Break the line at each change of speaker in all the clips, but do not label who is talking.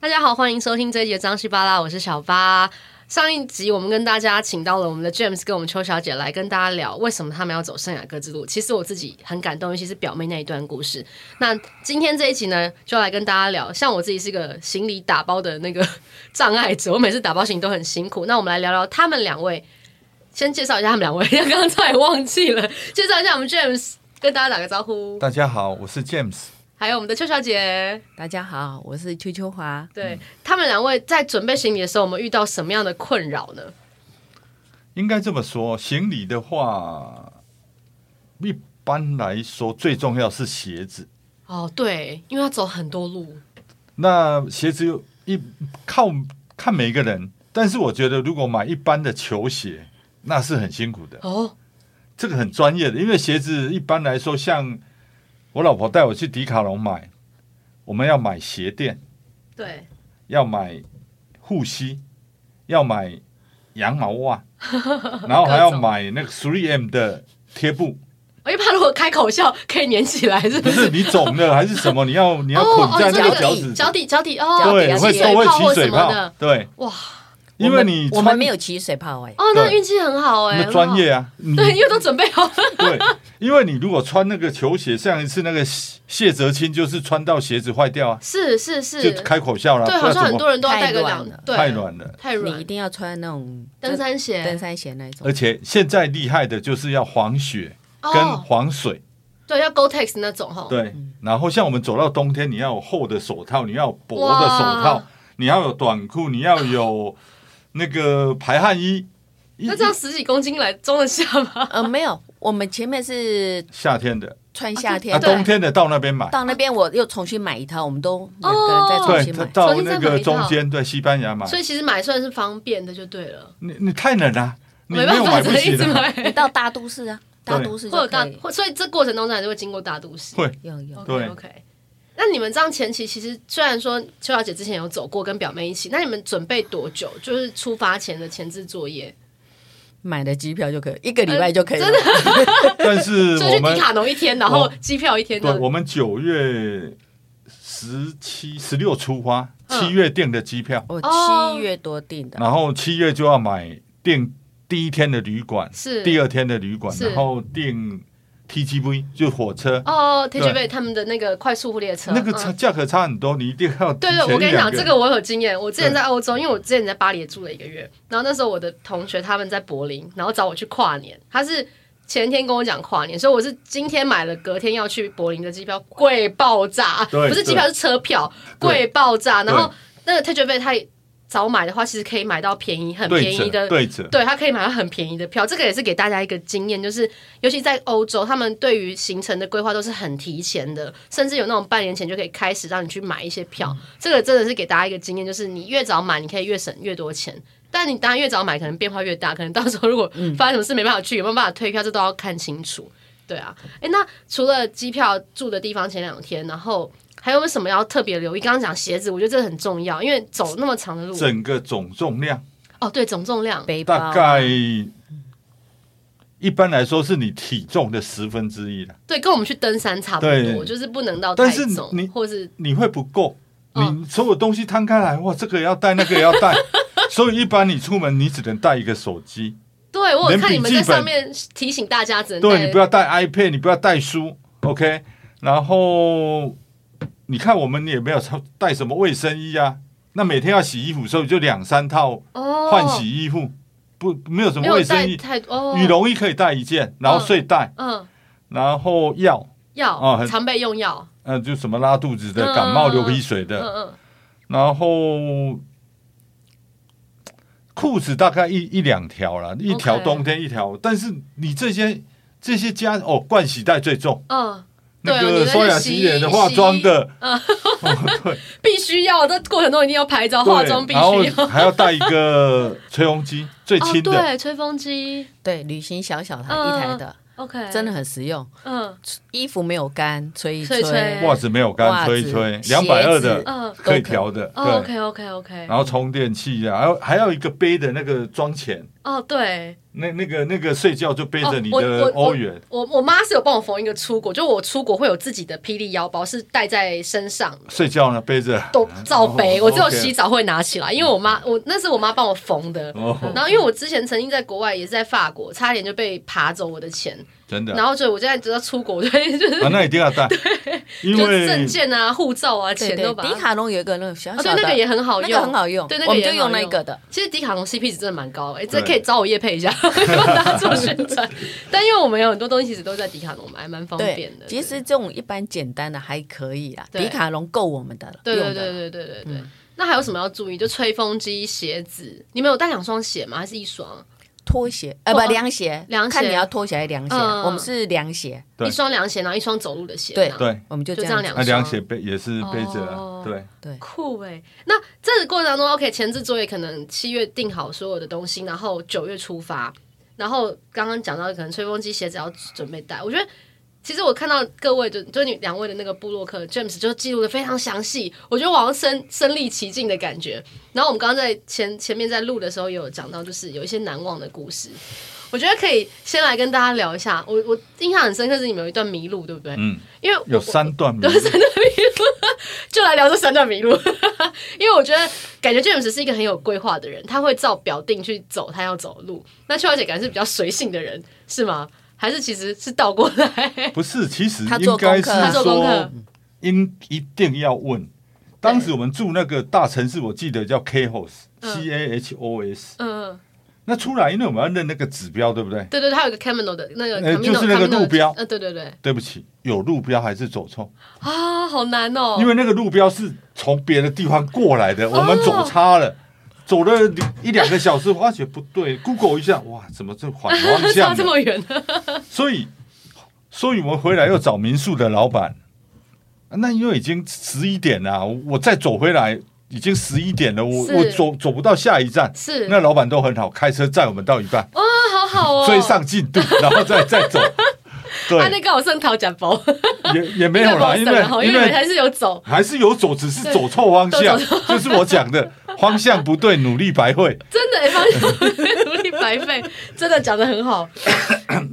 大家好，欢迎收听这一节张西巴拉，我是小巴。上一集我们跟大家请到了我们的 James 跟我们邱小姐来跟大家聊为什么他们要走圣雅各之路。其实我自己很感动，尤其是表妹那一段故事。那今天这一集呢，就来跟大家聊，像我自己是个行李打包的那个 障碍者，我每次打包行李都很辛苦。那我们来聊聊他们两位，先介绍一下他们两位， 刚刚差点忘记了，介绍一下我们 James，跟大家打个招呼，
大家好，我是 James。
还有我们的邱小姐。
大家好，我是邱秋华。
对、他们两位在准备行李的时候，我们遇到什么样的困扰呢？
应该这么说，行李的话，一般来说最重要是鞋子。
哦，对，因为要走很多路，
那鞋子又一靠看每个人，但是我觉得如果买一般的球鞋，那是很辛苦的。
哦，
这个很专业的，因为鞋子一般来说，像我老婆带我去迪卡侬买，我们要买鞋垫，
对，
要买护膝，要买羊毛 袜，然后还要买那个 3M 的 贴布。
我一哦怕如果开口笑可以粘起来，是
不
不
是
是？
你肿了还是什么？你要你要
哦
捆
哦，
在
你说
那
那
个脚
个
趾，
脚底脚底哦，
对，
起
会
水
会
泡
起
或
水
什么
泡
的，，
对，
哇，
因为你
我
穿
们没有起水泡哎、
哦，那
对
运气很好哎、
那
很
专业
好，
啊， 你
对，因为都准备好了，
对，因为你如果穿那个球鞋，上一次那个谢谢哲清就是穿到鞋子坏掉啊，
是是，
就是开口笑了，
对，
不
好
知道
像
怎
很
么
多人都要带个
太软
两，
了
对，
太，软了。
太
你一
软，
定要穿那种
登山
就登
鞋，
山鞋那种
而，且现在厉害的就是要防雪跟
哦，
防水，
对，要 Gore-Tex 那种哈，
对。然后像我们走到冬天，你要有厚的手套，你要有薄的手套
哇，
你要有短裤，你要有那个排汗衣。一
那这样十几公斤来装得下吗？
呃，没有，我们前面是
夏天的，
穿夏
啊，
天
对
的，
冬天的到那边买，
到那边我又重新买一套，我们都两个人再
哦
重
对，
新
他
买。
到
重新再
那
买
个
一套
中间，对，西班牙买。
所以其实买算是方便的就对了，
你你太冷了，你
没
没
办
有
法，
买不
只能
起
一直
的。
你
买。
到大都市啊，大都市
会有
就
大
可以，。
会所以这过程中当然就会经过大都市。
会
有有，
OK
对
OK。那你们这样前期其实虽然说邱小姐之前有走过跟表妹一起，那你们准备多久？就是出发前的前置作业，
买的机票就可以，一个礼拜就
呃
可以了。
但是
就
我
去
们
迪卡侬一天，然后
我
机票一天
对，
的。
我们九月十七、十六出发，
嗯
七月订的机票，
我
哦
七月多订的，
然后七月就要买订第一天的旅馆，
是
第二天的旅馆，
是
然后订 TGV 就火车，
哦 t g
对
v 他们的那个快速列车，
那个
嗯
差价格差很多，你一定要
对
提
对，
哦前
我跟你
一两
讲，
个
这个我有经验。我之前在欧洲，因为我之前在巴黎也住了一个月，然后那时候我的同学他们在柏林，然后找我去跨年，他是前天跟我讲跨年，所以我是今天买了隔天要去柏林的机票，贵爆炸，
对
不是机票是车票，
对
贵爆炸。
对
然后那个 t g v 他早买的话，其实可以买到便宜，很便
对
宜的
折对折，
对，他可以买到很便宜的票，这个也是给大家一个经验，就是尤其在欧洲，他们对于行程的规划都是很提前的，甚至有那种半年前就可以开始让你去买一些票。这个真的是给大家一个经验，就是你越早买，你可以越省越多钱。但你当然越早买，可能变化越大，可能到时候如果发生什么事没办法去，有没有办法退票，这都要看清楚。对啊，哎，那除了机票、住的地方前两天，然后还有没有什么要特别留意？刚刚讲鞋子，我觉得这很重要，因为走那么长的路，
整个总重量。
哦，对，总重量，
背包啊
大概一般来说是你体重的十分之一了，
对，跟我们去登山差不多，
对
就是不能到
但
太
是
重
你，
或是
你会不够。
嗯
你所有东西摊开来，哇，这个也要带，那个也要 带，所以一般你出门你只能带一个手机，
对我有
连
看
笔
你们在
记本
上面提醒大家只能
对你不
要
要带 iPad，你不要带书，OK。然后你看我们也没有穿带什么卫生衣啊，那每天要洗衣服，所以就两三套
哦
换洗衣服，不没有什
没
么
有
卫生
带
衣，
太哦
羽绒衣可以带一件，然后
嗯
睡袋，
嗯
然后药。
药、
哦很
常备用药
呃，就什么拉肚子的、
嗯
感冒、流鼻水
嗯
的，
嗯
然后裤子大概一一两条啦，一条
OK
冬天一条，但是你这些这些家哦，盥洗袋最重，
嗯，对
那
你
个
那是
刷牙、
洗
洗
衣
脸的、化妆的，
必须要这过程中一定要拍照呃化妆必
对，然后
须要
还要带一个吹 风机，最
哦
轻的，
对吹风机
对，旅行小小台
嗯
一台的，
OK
真的很实用。
嗯
衣服没有干，吹一
吹一吹
袜子没有
袜
干，吹
子
一吹，
鞋
两百二
子
的
嗯
可以
都可以
调的，
哦
对，
OK OK OK
然后充电器啊，还有还有一个背的那个装钱，
哦，对，
那那个那个睡觉就背着你
哦我
的
我
欧元，
我我妈是有帮我缝一个出国，就我出国会有自己的霹雳腰包，是带在身上
睡觉呢背着
都罩杯，
哦
我只有
OK 嗯
洗澡会拿起来，因为我妈我那是我妈帮我缝的。
哦，
然后，因为我之前曾经在国外，也是在法国，差点就被扒走我的钱。
真的
然后，所以我现在只要出国，我就会就是
啊，那一定 要带，因
就是证
为
件啊、护照啊、
对
钱都
对，
把
迪
它。
卡侬有一个那种小
啊，对
小，的，
那个也很好
那
用，
个很好用，
对，那
我
个
们
也
就
很好
用那个的。
其实迪卡侬 CP 值真的蛮高，哎，这
对
可以找我叶配一下， 帮大家做宣传。但因为我们有很多东西其实都在迪卡侬买，蛮方
对，
便的。
其实这种一般简单的还可以啦，
对
迪卡侬够我们的了，
对
用
对
的嗯
对对对对对。那还有什么要注意？就吹风机、鞋子，你们有带两双鞋吗？还是一双？
拖鞋，呃，
拖
不凉鞋，
凉鞋
看你要拖鞋还是凉鞋，
嗯
啊我们是凉鞋，
对
一双凉鞋，然后一双走路的鞋。
对
这样
对，
我们就
就
这
这
样
样
子
两
啊，凉鞋背也是背着
哦
啊，对，
酷哎、那这个过程当中，OK，前置作业可能七月定好所有的东西，然后九月出发，然后刚刚讲到可能吹风机、鞋子要准备带。我觉得其实我看到各位就就你两位的那个部落客 James 就记录的非常详细，我觉得我好像身身临其境的感觉。然后我们刚刚在前前面在录的时候也有讲到，就是有一些难忘的故事。我觉得可以先来跟大家聊一下，我我印象很深刻是你们有一段迷路，对不对？
嗯，
因为我
有三段迷
都
路
是三段迷路，就来聊这三段迷路， 因为我觉得感觉 James 是一个很有规划的人，他会照表定去走他要走的路。那秋小姐感觉是比较随性的人，是吗？还是其实是倒过来？
不是，其实
他做
应该
功课
他
是
做功课
说，应一定要问。当时我们住那个大城市，我记得叫 K Hos，C A H O S。
嗯，
那出来，因为我们要认那个指标，对不对？
对对，他有一个 Camino 的那个
呃
Camino，
就是那个
Camino
路标
呃，对对对，
对不起，有路标还是走错？
啊，好难哦，
因为那个路标是从别的地方过来的，我们
哦
走差了。走了一两个小时，发觉不对，Google 一下，哇，怎么 这反方
差
向的
这？么 远啊呢，
所以，所以我们回来又找民宿的老板，啊那因为已经十一点了，我我再走回来已经十一点了，我
是
我走走不到下一站。
是
那老板都很好，开车载我们到一半，
哇，好好哦，
追上进 度，然后再再走。
啊，那
对，
个我剩讨假 包，
也也没有啊啦，因为
哦因
因
为
为
还是有走，
还是有走，只是走错方向
对，
就是我讲的 方向不对，努力白费。
真的、欸，发现努力白费，真的讲的很好。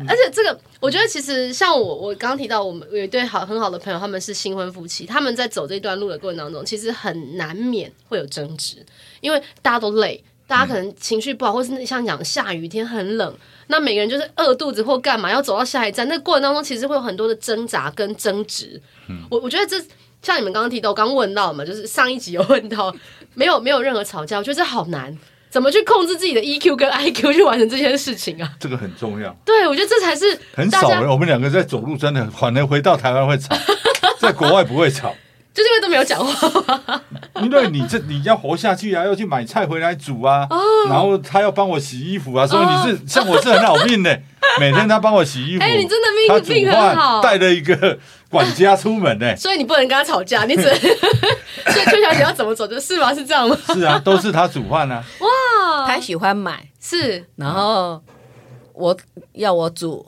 而且这个，我觉得其实像我，我刚刚提到，我们有一对好很好的朋友，他们是新婚夫妻，他们在走这段路的过程当中，其实很难免会有争执，因为大家都累。大家可能情绪不好，或是像讲下雨天很冷，那每个人就是饿肚子或干嘛，要走到下一站。那过程当中其实会有很多的挣扎跟争执。我我觉得这像你们刚刚提到，我刚问到嘛，就是上一集有问到，没有没有任何吵架，我觉得这好难，怎么去控制自己的 EQ 跟 IQ 去完成这件事情啊？
这个很重要，
对，我觉得这才是
很
大
少
家
人我们两个在走路真的，反而回到台湾 会吵，在国外不会吵。
就是因为都没有讲话，
因为你这你要活下去啊，要去买菜回来煮啊，
哦
然后他要帮我洗衣服啊，所以你是、像我是很好命 的、每天他帮我洗衣服，
哎你真的命
他煮
命很好
饭，带了一个管家出 门呢、
所以你不能跟他吵架，你 只能所以邱小姐要怎么走就是吗？是这样吗？
是啊，都是他煮 饭啊，
哇，
他喜欢买，
是
然后我要我煮，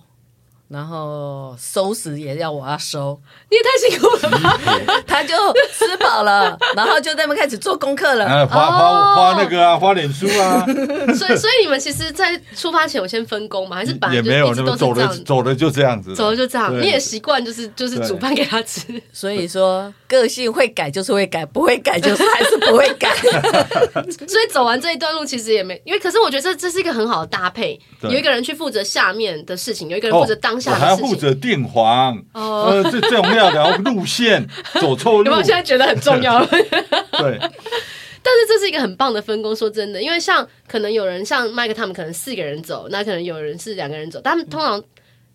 然后收拾也要我要收，
你也太辛苦了吧？
他就吃饱了， 然后就在那边开始做功课了。
啊，花
哦
花花那个啊，花脸书啊，
所以所以你们其实，在出发前有先分工吗？还是本来
也
就
没有
一直
那
都
么
是
走
这
了
样？
走了就这样子，
走了就这样，
对
你也习惯就是就是
对
煮饭给他吃，
所以说，个性会改就是会改，不会改就是还是不会改。
所以走完这一段路其实也没，因为可是我觉得这这是一个很好的搭配，
对
有一个人去负责下面的事情，有一个人
哦
负责当下
我还
的
要
事
负
情。
责订房，
哦
呃，最重要的，然后路线走错
有没
路
有，现在觉得很重 要？
对，
但是这是一个很棒的分工，说真的，因为像可能有人像麦克他们可能四个人走，那可能有人是两个人走，但他们通常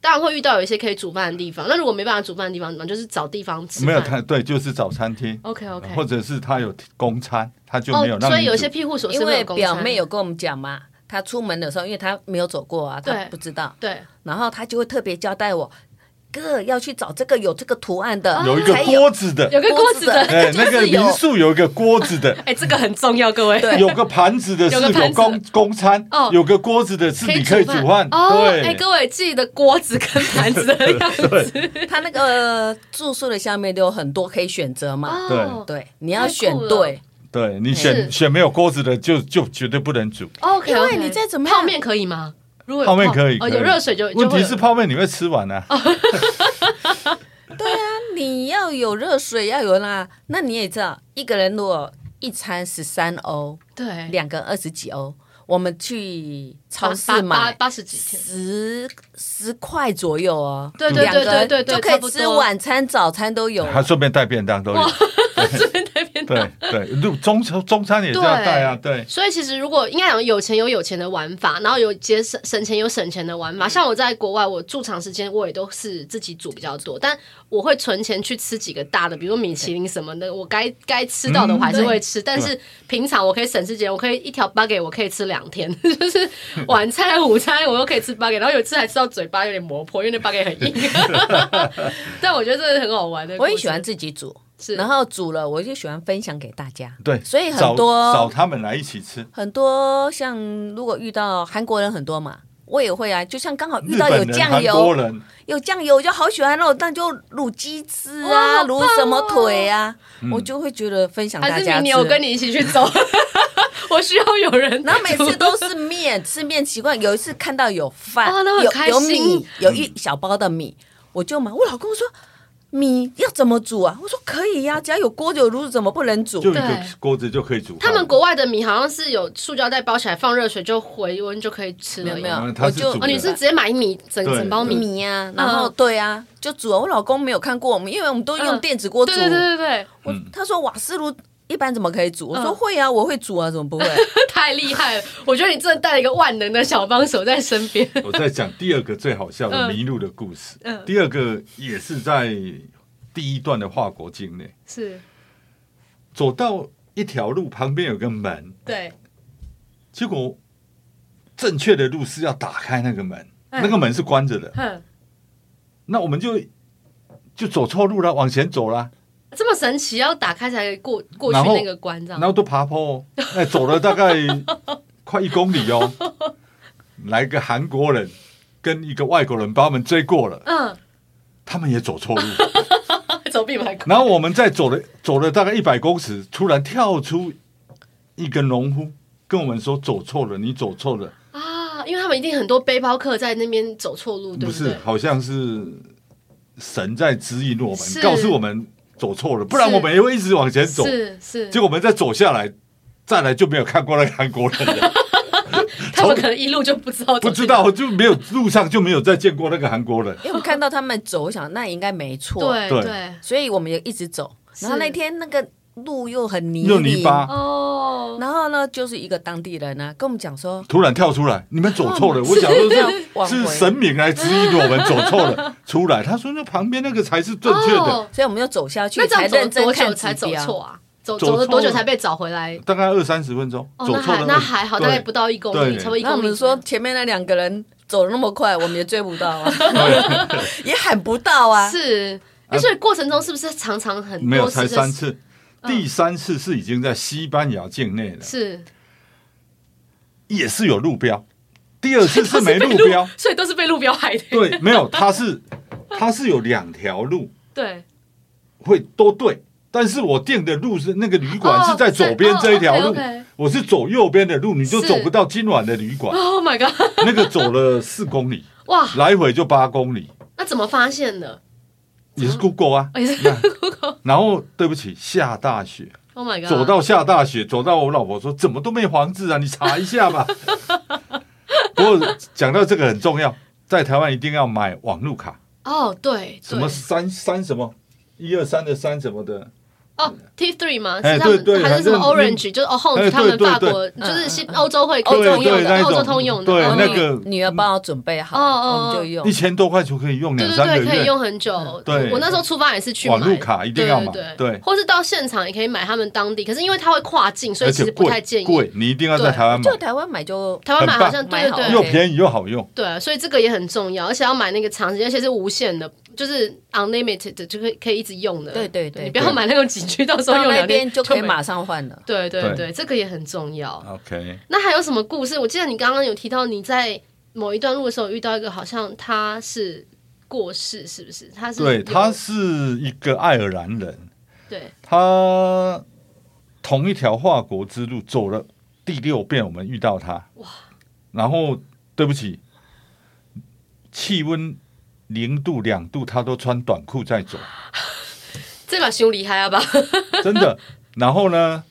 当然会遇到有一些可以煮饭的地方。那如果没办法煮饭的地方，怎么办就是找地方吃饭。
没有他，对，就是早餐厅。
OK OK，
或者是他有公餐，他就没有
哦，
让
所以
你
有一
煮
些庇护所是
因
没
为
有公
表
餐
妹有跟我们讲嘛，她出门的时候，因为她没有走过啊，她
对
不知道，
对
然后她就会特别交代我，哥要去找这个有这个图案的，
有一个
才
锅子的，
哦有个锅子的，
哎，那
就
个
是有
民宿有一个锅子的，
哎，这个很重要， 各位。
对
有个盘子的是
有个盘
有
子
公公餐
哦，
有个锅子的是你可以煮饭，
哦，哎，
对，
各位记得锅子跟盘子 的样子
她那个住宿的下面都有很多可以选择嘛，
哦。
对，你要
太酷
选
了
对，
对你选
是
选没有锅子的就就绝对不能煮。
OK，
因为你再怎么样
泡面可以吗？如果有
泡面可以，
哦，
可以
有热水就
问
就会哦
题
有
是泡面你会吃完啊？
对啊，你要有热水，要有啦。那你也知道，一个人如果一餐十三欧，
对
两个人二十几欧，我们去
哎八
超市
八八
买
八十几 天，
十十块左右哦，
对对
两个人
对对对对
就可
差不
以
多
吃晚餐、早餐都有。
还顺便带便当都
哦
有。
这边那边
对对，如中中餐也是要带啊，对。
所以其实如果应该讲有钱有有钱的玩法，然后有节省省钱有省钱的玩
嗯
法。像我在国外，我住长时间，我也都是自己煮比较多，但我会存钱去吃几个大的，比如说米其林什么的，我该
嗯
该吃到的我还是会吃。但是平常我可以省吃俭，我可以一条八给我可以吃两天，就是晚餐、午餐我都可以吃八给，然后有一次还吃到嘴巴有点磨破，因为那八给 很硬。但我觉得这是很好玩的故事，
我也喜欢自己煮，
是
然后煮了我就喜欢分享给大家。
对，
所以
找
很多
找他们来一起吃，
很多像如果遇到韩国人很多嘛，我也会啊。就像刚好遇
日
到有
本人、
酱
韩国
油，
人，
有酱油我就好喜欢哦，那就卤鸡翅
哇
啊，
好棒
卤
哦
什么腿啊，
嗯
我就会觉得分享大
还是
家
明
吃
年。我跟你一起去走， 我需要有人。
然后每次都是面，吃面习惯。有一次看到有饭，
哇哦那很
有
开
有
心嗯
米，有一小包的米，我就买。我老公说米要怎么煮啊？我说可以呀、只要有锅子有炉子，怎么不能煮？
就一个
对
锅子就可以煮饭。
他们国外的米好像是有塑胶袋包起来，放热水就回温就可以吃
没
了。
有没
哦，
嗯
有，
他
我
是
就
煮的
你是直接买米整
对
整包米？
米呀、然
嗯
后对啊，就煮啊。我老公没有看过我们，因为我们都用电子锅煮。
对嗯对嗯对对对，
我他说瓦斯炉一般怎么可以煮？我说会啊，我会煮啊，怎么 不会？
太厉害了！我觉得你真的带了一个万能的小帮手在身边。
我在讲第二个最好笑的
嗯
迷路的故事
嗯，
第二个也是在第一段的华国境内，
是，
走到一条路旁边有个门，
对，
结果正确的路是要打开那个门，
嗯
那个门是关着的，
哼，
那我们就就走错路了，往前走了，
这么神奇，要打开才可以过过去
然后
那个关，这
然
样。
后都爬坡，哎，走了 大概快一公里哦，来个韩国人跟一个外国人把我们追过了，
嗯，
他们也走错路。
走比蛮快。
然后我们再走了走了大概一百公尺，突然跳出一个农夫跟我们说：“走错了，你走错了，
啊，因为他们一定很多背包客在那边走错路，对
不
对
是，？好像是神在指引我
是
们，告诉我们走错了，不然
是
我们也会一直往前走。
是是，
结果我们再走下来，再来就没有看过那个韩国人了，
他们可能一路就不知道，
不知。道就没有路上就没有再见过那个韩国人。
因为我们看到他们走，我想那也应该没错。，
对
对
对，
所以我们也一直走。然后
是
那天那个路又很泥
又泥巴
哦，
然后呢，就是一个当地人呢、跟我们讲说，
突然跳出来，你们走错了。
是
我想说
要往
哦是
回
是神明来指引我们走错了。出来，他说那旁边那个才是正确的。
哦
所以我们就走下去
那这
才
样走
认
了
真
多
看
久
指
才走
标。
错啊？走
走
走了多久
错
才被找回来？
大概二三十分钟，
哦，
走
那
错
还
了
那还好，大概不到一公里，
对
差不多一
那我
公里。
们说，前面那两个人走的那么快，我们也追不到 啊，也喊不到啊。
是，那所以过程中是不是常常很多
呃没有
次
才
是
三？次，第三次是已经在西班牙境内了，
是，
也是有路标，第二次是没
都
路
被
标，
所以都是被路标害的。
对，没有，它是它是有两条路
对，
会都对。但是我订的路是那个旅馆
哦
是在左边
在哦
这一条路
OK，OK，
我是走右边的路，你就是走不到今晚的旅馆。
Oh my god！
那个走了四公里，
哇，
来回就八公里，
那怎么发现的？
也是 Google 啊。
哎是
然后对不起，下大雪，
，Oh my god！
走到下大雪，走到我老婆说怎么都没黄字啊，你查一 下吧。不过讲到这个很重要，在台湾一定要买网路卡，
哦，对，
什么
对
三三什么一二三的三什么的，
哦，T three 吗？
哎
是他们
对对
还是什么
反正
Orange？就是哦
哎
，Home 他
对
们
对
法
对
国就
嗯
是
嗯
西
嗯
欧洲会
对
通用
对那一
的，
种
欧洲通用的，
对
哦
那个
女儿帮我准备好，
哦哦哦
我们就用
一。千多块就可以用
对对
两三个
对，可以
月。
用很久。
对
我那时候出发也是去
网
买
路卡一定要买
对对
对
或是到现场也可以买他们当地，可是因为它会跨境，所
而
以其
且
实不
贵
太建议。
贵，你一定要在台湾买
就，台湾买就
台湾买
很棒
好像对对
买好
对
又便宜又好用。
对，啊所以这个也很重要，而且要买那个长时间，而且是无限的，就是 unlimited 的，就可以可以一直用的。
对对对
你不要买那种几句，到时候
到
用
那
两
边
天
就可以
没。
马上换了。
对对
对
对，这个也很重要。
OK，
那还有什么故事？我记得你刚刚有提到你在某一段路的时候遇到一个，好像他是过世，是不是？他是
对，
有
他是一个爱尔兰人，
对
他同一条跨国之路走了第六遍，我们遇到他。哇！然后对不起，气温零度两度，他都穿短裤在走，
这把修厉害了吧？
真的。然后呢，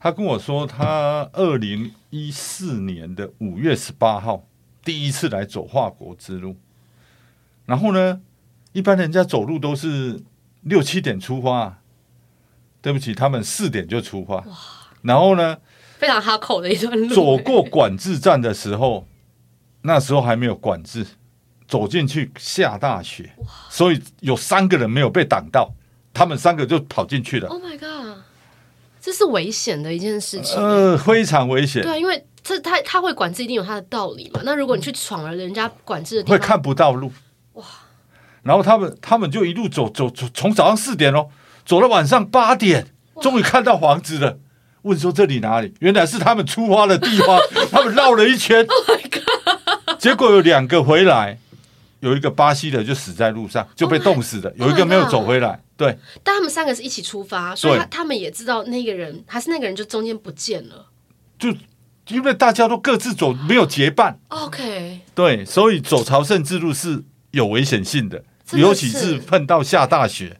他跟我说，他二零一四年的五月十八号第一次来走跨国之路。然后呢，一般人家走路都是六七点出发啊，对不起，他们四点就出发。然后呢，
非常哈口的一段路，
走过管制站的时候，那时候还没有管制，走进去下大雪，所以有三个人没有被挡到，他们三个就跑进去了。
Oh my god，这是危险的一件事情。
呃，非常危险
对，啊，因为这他他会管制，一定有他的道理嘛。那如果你去闯了人家管制的地
会
方，
看不到路。哇！然后他们他们就一路走走走，从早上四点哦，走到晚上八点，终于看到房子了。问说这里哪里？原来是他们出发的地 方，他们绕了一圈。
Oh
结果有两个回来，有一个巴西的就死在路上，就被冻死
Oh
的；有一个没有走回来。对，
但他们三个是一起出发，所以
对
他他们也知道那个人还是那个人，就中间不见了。
就因为大家都各自走，没有结伴，
OK，
对，所以走朝圣之路是有危险性的，
真的
尤其
是
是碰到下大雪，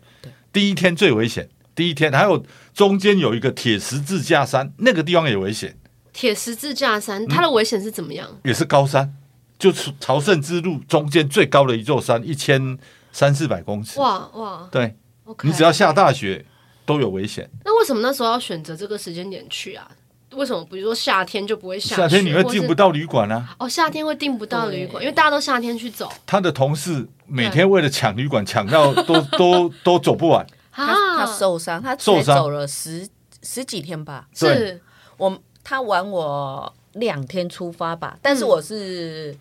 第一天最危险。第一天还有中间有一个铁十字架山，那个地方也危险，
铁十字架
嗯
山，它的危险是怎么样？
也是高山，就是朝圣之路中间最高的一座山，一千三四百公尺。
哇哇
对
，OK，
你只要下大雪都有危险，
那为什么那时候要选择这个时间点去啊？为什么比如说夏天就不会下
夏天你
雪
会
或
进
是
不到旅馆啊。
哦，夏天会订不到旅馆，
对
因为大家都夏天去走
他的同事每天为了抢旅馆，抢 到都都都走不完。
他
啊
他，受伤，他
受
才
伤
走了十十几天吧。
对，
是
我他晚我两天出发吧，但是
嗯
我是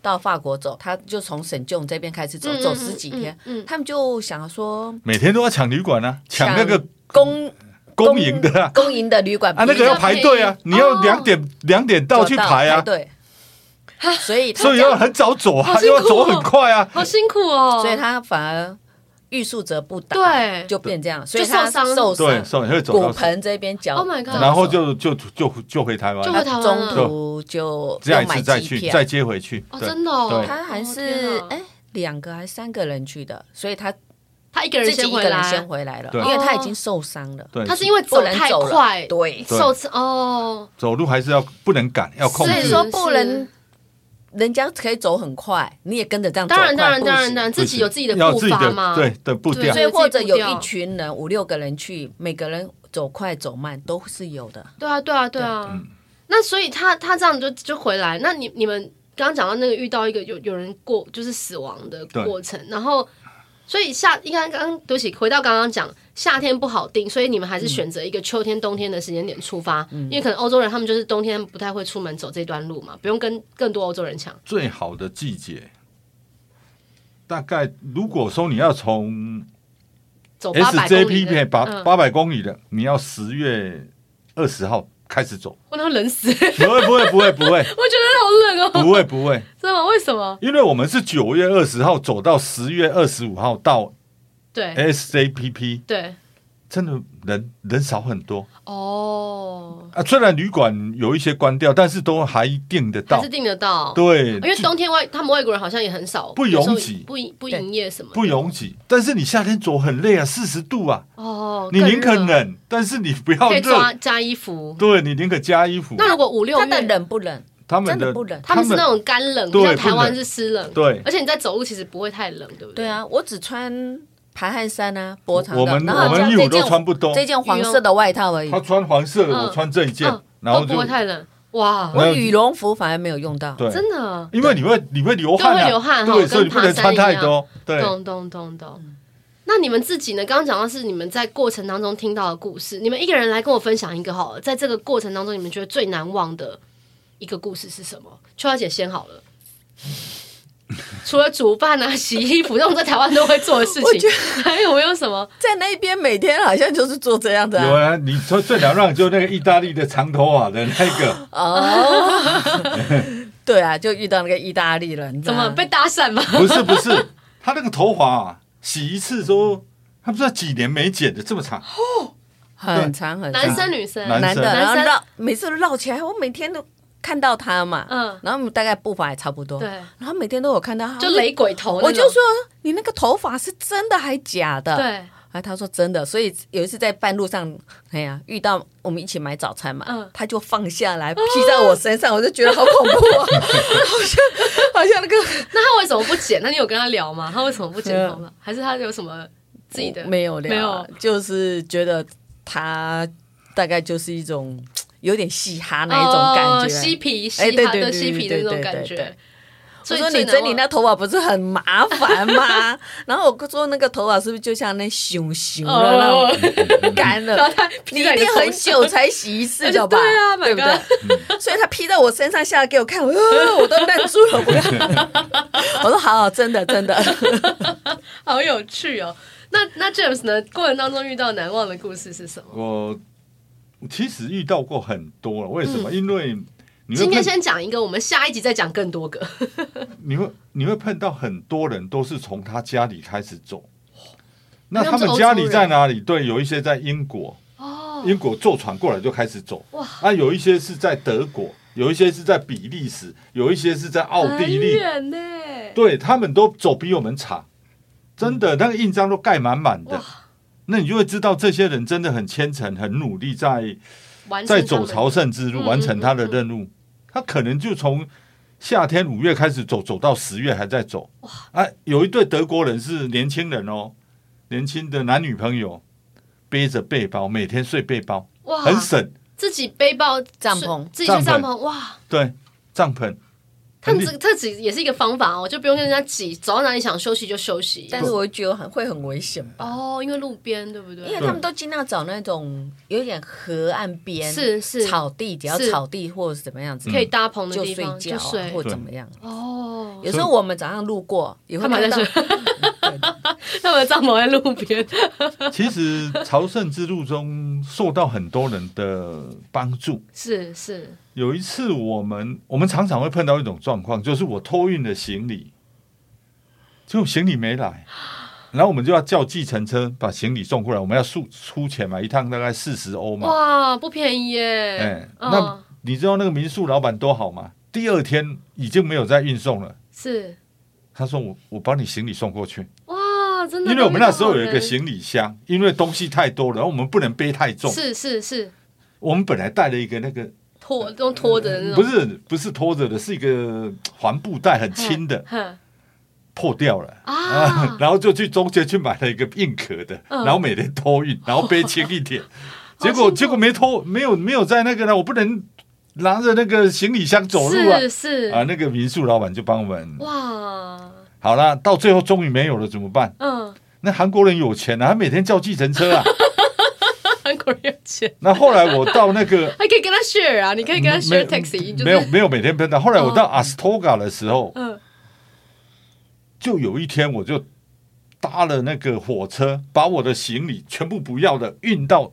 到法国走，他就从省囧这边开始走，
嗯
走
嗯
十几天。
嗯嗯嗯
他们就想说
每天都要抢旅馆啊，抢那个
公
公营的啊。
公营的旅馆
啊，那
比
个
较
要排队啊
比较，便宜哦
你要两点两点到去排啊，
哎对，
啊
所以他
所以
这样
要很早走啊
好，辛
又
苦哦
要走很快 啊。
好辛苦哦，
所以他反而欲速则不达，
对
就变这样，所以
就
他
受伤
受
对，
伤，
所以会走
骨
到，
盆这边脚
Oh my god
然后就就就就回台
就回
湾，
他
台湾
中
了
途就
这样一
又买
次再
机
去
票
再接回去。
哦，
对，
真的哦，
对
他还是
哦天哪
哎两个还是三个人去的，所以他
他一个人
自己
先
一
回
个人先
来，
回来了，
对
因为他已经受伤了，
对，
他是因为
不
走
能
太
走了
快，
对，
对
受伤哦，
走路还是要不能赶，要控
所以
制
说。
不能人家可以走很快，你也跟着这样走
当然
快
当然
不
当然
行
当然，
不行
自己有自己的
要
步
自己
伐
的
嘛，
对的步调
所
对
以
有自己
或者有
步调
一群人五六个人去，每个人走快走慢都是有的。
对啊，对啊，对啊。
嗯
那所以他他这样就就回来，那你你们刚刚讲到那个遇到一个有有人过就是死亡的
对
过程，然后所以夏应该刚刚对不起，回到刚刚讲夏天不好定，所以你们
嗯
还是选择一个秋天、冬天的时间点出发，因为可能欧洲人他们就是冬天不太会出门走这段路嘛，不用跟更多欧洲人抢。
最好的季节，大概如果说你要从
走八百公里
SJP
的
片八
嗯
八百公里的，你要十月二十号开始走，
我那冷死，我觉
不会不会不会不会
得好冷哦，
不会不会，
真的吗？为什么？
因为我们是九月二十号走到十月二十五号到
对
哎 SJPP，
对，
真的人人少很多
哦，
啊。虽然旅馆有一些关掉，但是都还订得
还
到
是。订得到。
对，
因为
就
冬天外他们外国人好像也很少
不
有时候
拥挤
不营不营业什么的
不拥挤，但是你夏天走很累啊，四十度啊，
哦，
你宁可
更热
冷，但是你不要
可以抓
热。
加衣服。
对你宁可加衣服。
那如果五六
他的
月，
冷不冷？
他们
真
的
的不冷
他们是那种干冷，不像
对
台湾
不冷
是湿冷，
对
而且你在走路其实不会太冷，对不对？
对，啊，我只穿排汗衫啊，薄长的，
我们
然后
我们
加
衣
这
服都
件
穿不多，
这件黄色的外套而已
他。穿黄色的，
嗯
我穿这一件
嗯，
然后
都不
就
会太冷，哇，
我
我羽绒服反而没有用到，
对，
真的，啊
因为你会你会流汗
对
啊，
会流汗哈哦
对，所
跟
以你不能
爬山
穿
一
太
样
多，对，
咚咚咚
嗯
咚。那你们自己呢？刚刚讲到是你们在过程当中听到的故事，你们一个人来跟我分享一个好了。在这个过程当中，你们觉得最难忘的一个故事是什么？秋雅姐先好了。除了煮饭啊、洗衣服这种在台湾都会做的事
我觉
情，还有没有什 么？
在那边每天好像就是做这样的
有
啊、
啊，你说最难让就那个意大利的长头发的那 个，
哦，对啊，就遇到那个意大利人啊，
怎么被搭讪 吗？
不是不是，他那个头发啊，洗一次之后，他不知道几年没剪的这么长，
很长很长。
男生女生，
男
男的，
生
然后
男生
绕每次都绕起来，我每天都看到他嘛，
嗯
然后我们大概步伐也差不多，
对，
然后每天都有看到他，哎
就雷鬼头那种，
我就说你那个头发是真的还假的？。
对，
啊，他说真的，所以有一次在半路上，哎呀，遇到我们一起买早餐嘛，
嗯
他就放下来披在我身上，我就觉得好恐 怖啊，好像好像那个
那他为什么不剪？那你有跟他聊吗？他为什么不剪
没有
头 发？还是他有什么自己的？
没有聊，
没有，
就是觉得他大概就是一种有点嘻哈那一种感
哦
觉。
嬉皮嘻
哎对
哈
对
的
对
嬉皮的那种
对对
感
对对
觉
对。
所以
我说
最啊
你
难
整理
忘
那头发不是很麻烦吗？ 然后我说那个头发是不是就像那熊熊的那种
哦，
干
然后
了，
他
你一定很久才洗 一次的吧？
对啊
对不
my
对？所以他披到我身上下来给我看，我 呃我都愣住了，不敢。我说好，真的真的。
好有趣哦。那那 James 呢？过程当中遇到难忘的故事是什么？
我其实遇到过很多了，为什么？因为你
嗯
会
今天
碰，
先讲一个，我们下一集再讲更多个。
你会你会碰到很多人都是从他家里开始走。
哦
那
他
他
们是
们
欧洲
家里
人
在哪里？对，有一些在英国，
哦，
英国坐船过来就开始走。
哇
啊，有一些是在德国，有一些是在比利时，有一些是在奥地利
哦很。远呢。
对他们都走比我们长，真的，那个印章都盖满满的
嗯哇。
那你就会知道这些人真的很虔诚、很努力在，
完成
在
他们
走朝圣之
嗯
路，
嗯
完成他的任务。他可能就从夏天五月开始走，走到十月还在走。啊，有一对德国人是年轻人哦，年轻的男女朋友，背着背包，每天睡背包，
哇，
很省。
自己背包
帐篷
自己睡帐
帐
篷，哇，
对，帐篷。
他们
很
这这只也是一个方法哦，就不用跟人家挤，走到哪里想休息就休息。
但是我觉得很会很危险吧，
哦，因为路边对不
因为
对？
他们都尽量找那种有点河岸边
是是
草地，只要
是
草地或者是怎么样
嗯
子
可以搭棚的
就
地
睡
方
觉
就
啊
睡
或怎么样。
哦，
有时候我们早上路过也会
他们
看
还
到
在，睡， 他们的帐篷在路边。
其实朝圣之路中受到很多人的帮助。
是是，
有一次，我们我们常常会碰到一种状况，就是我托运了行李，结果行李没来，然后我们就要叫计程车把行李送过来，我们要出出钱嘛，一趟大概四十欧嘛。
哇，不便宜
哎、
耶。哦嗯
那你知道那个民宿老板多好吗？第二天已经没有再运送了，
是
他说我我帮你行李送过去，
哇，真的。哦
因为我们那时候有一
都遇到
个
好人
行李箱，因为东西太多了，然后我们不能背太重，
是是是
我们本来带了一个那个
拖都拖着的那种，
呃不是不是拖着的，是一个环布袋，
嗯
很轻 的，
哼
破掉了。啊
啊，
然后就去中间去买了一个硬壳的，
嗯
然后每天托运，然后背轻一 点，结
好辛
果
苦
结果没拖，没有没有在那个呢，我不能拿着那个行李箱走路啊
是是
啊！那个民宿老板就帮我们，
哇，
好啦，到最后终于没有了，怎么办？
嗯，
那韩国人有钱啊，他每天叫计程车啊。
韩国人有钱，
那后来我到那 个
还可以跟他 share 啊，你可以跟他 share
嗯没
taxi，就是哦
没有没有每天喷到，后来我到 Astoga 的时候，
嗯
就有一天我就搭了那个火车，把我的行李全部不要的运到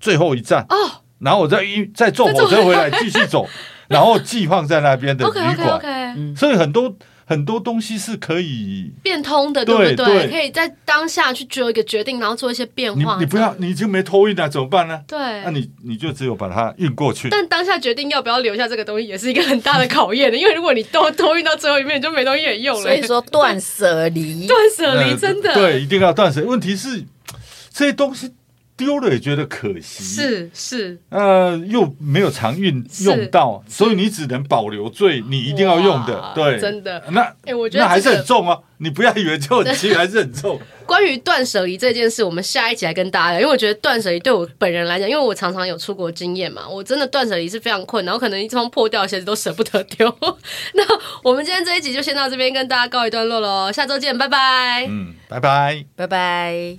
最后一站，
哦
然后我再一再坐火车回来继 续走，然后寄放在那边的
，OK
旅
OK
馆。
OK，
所以很多很多东西是可以，
变通的，
对
不
对
可以在当下去做一个决定，然后做一些变
你
化。
你不要，你已经没托运了，怎么办呢？
对，
那你你就只有把它运过去。
但当下决定要不要留下这个东西，也是一个很大的考验的，因为如果你都托运到最后一面，就没东西可以用了。
所以说断舍离。
断舍离
呃
真的
对，一定要断舍。问题是这些东西丢了也觉得可惜，
是是
呃，又没有常运
是
用到，所以你只能保留最你一定要用的
哇，
对，
真的
那
哎我觉得
那还
这
是
个
很重哦，你不要以为就很轻，还是 很重。
关于断舍离这件事，我们下一集来跟大家聊，因为我觉得断舍离对我本人来讲，因为我常常有出国经验嘛，我真的断舍离是非常困难，我可能一双破掉的鞋子都舍不得丢。 那我们今天这一集就先到这边跟大家告一段落喽，下周见，拜拜。
嗯，拜拜。
拜拜。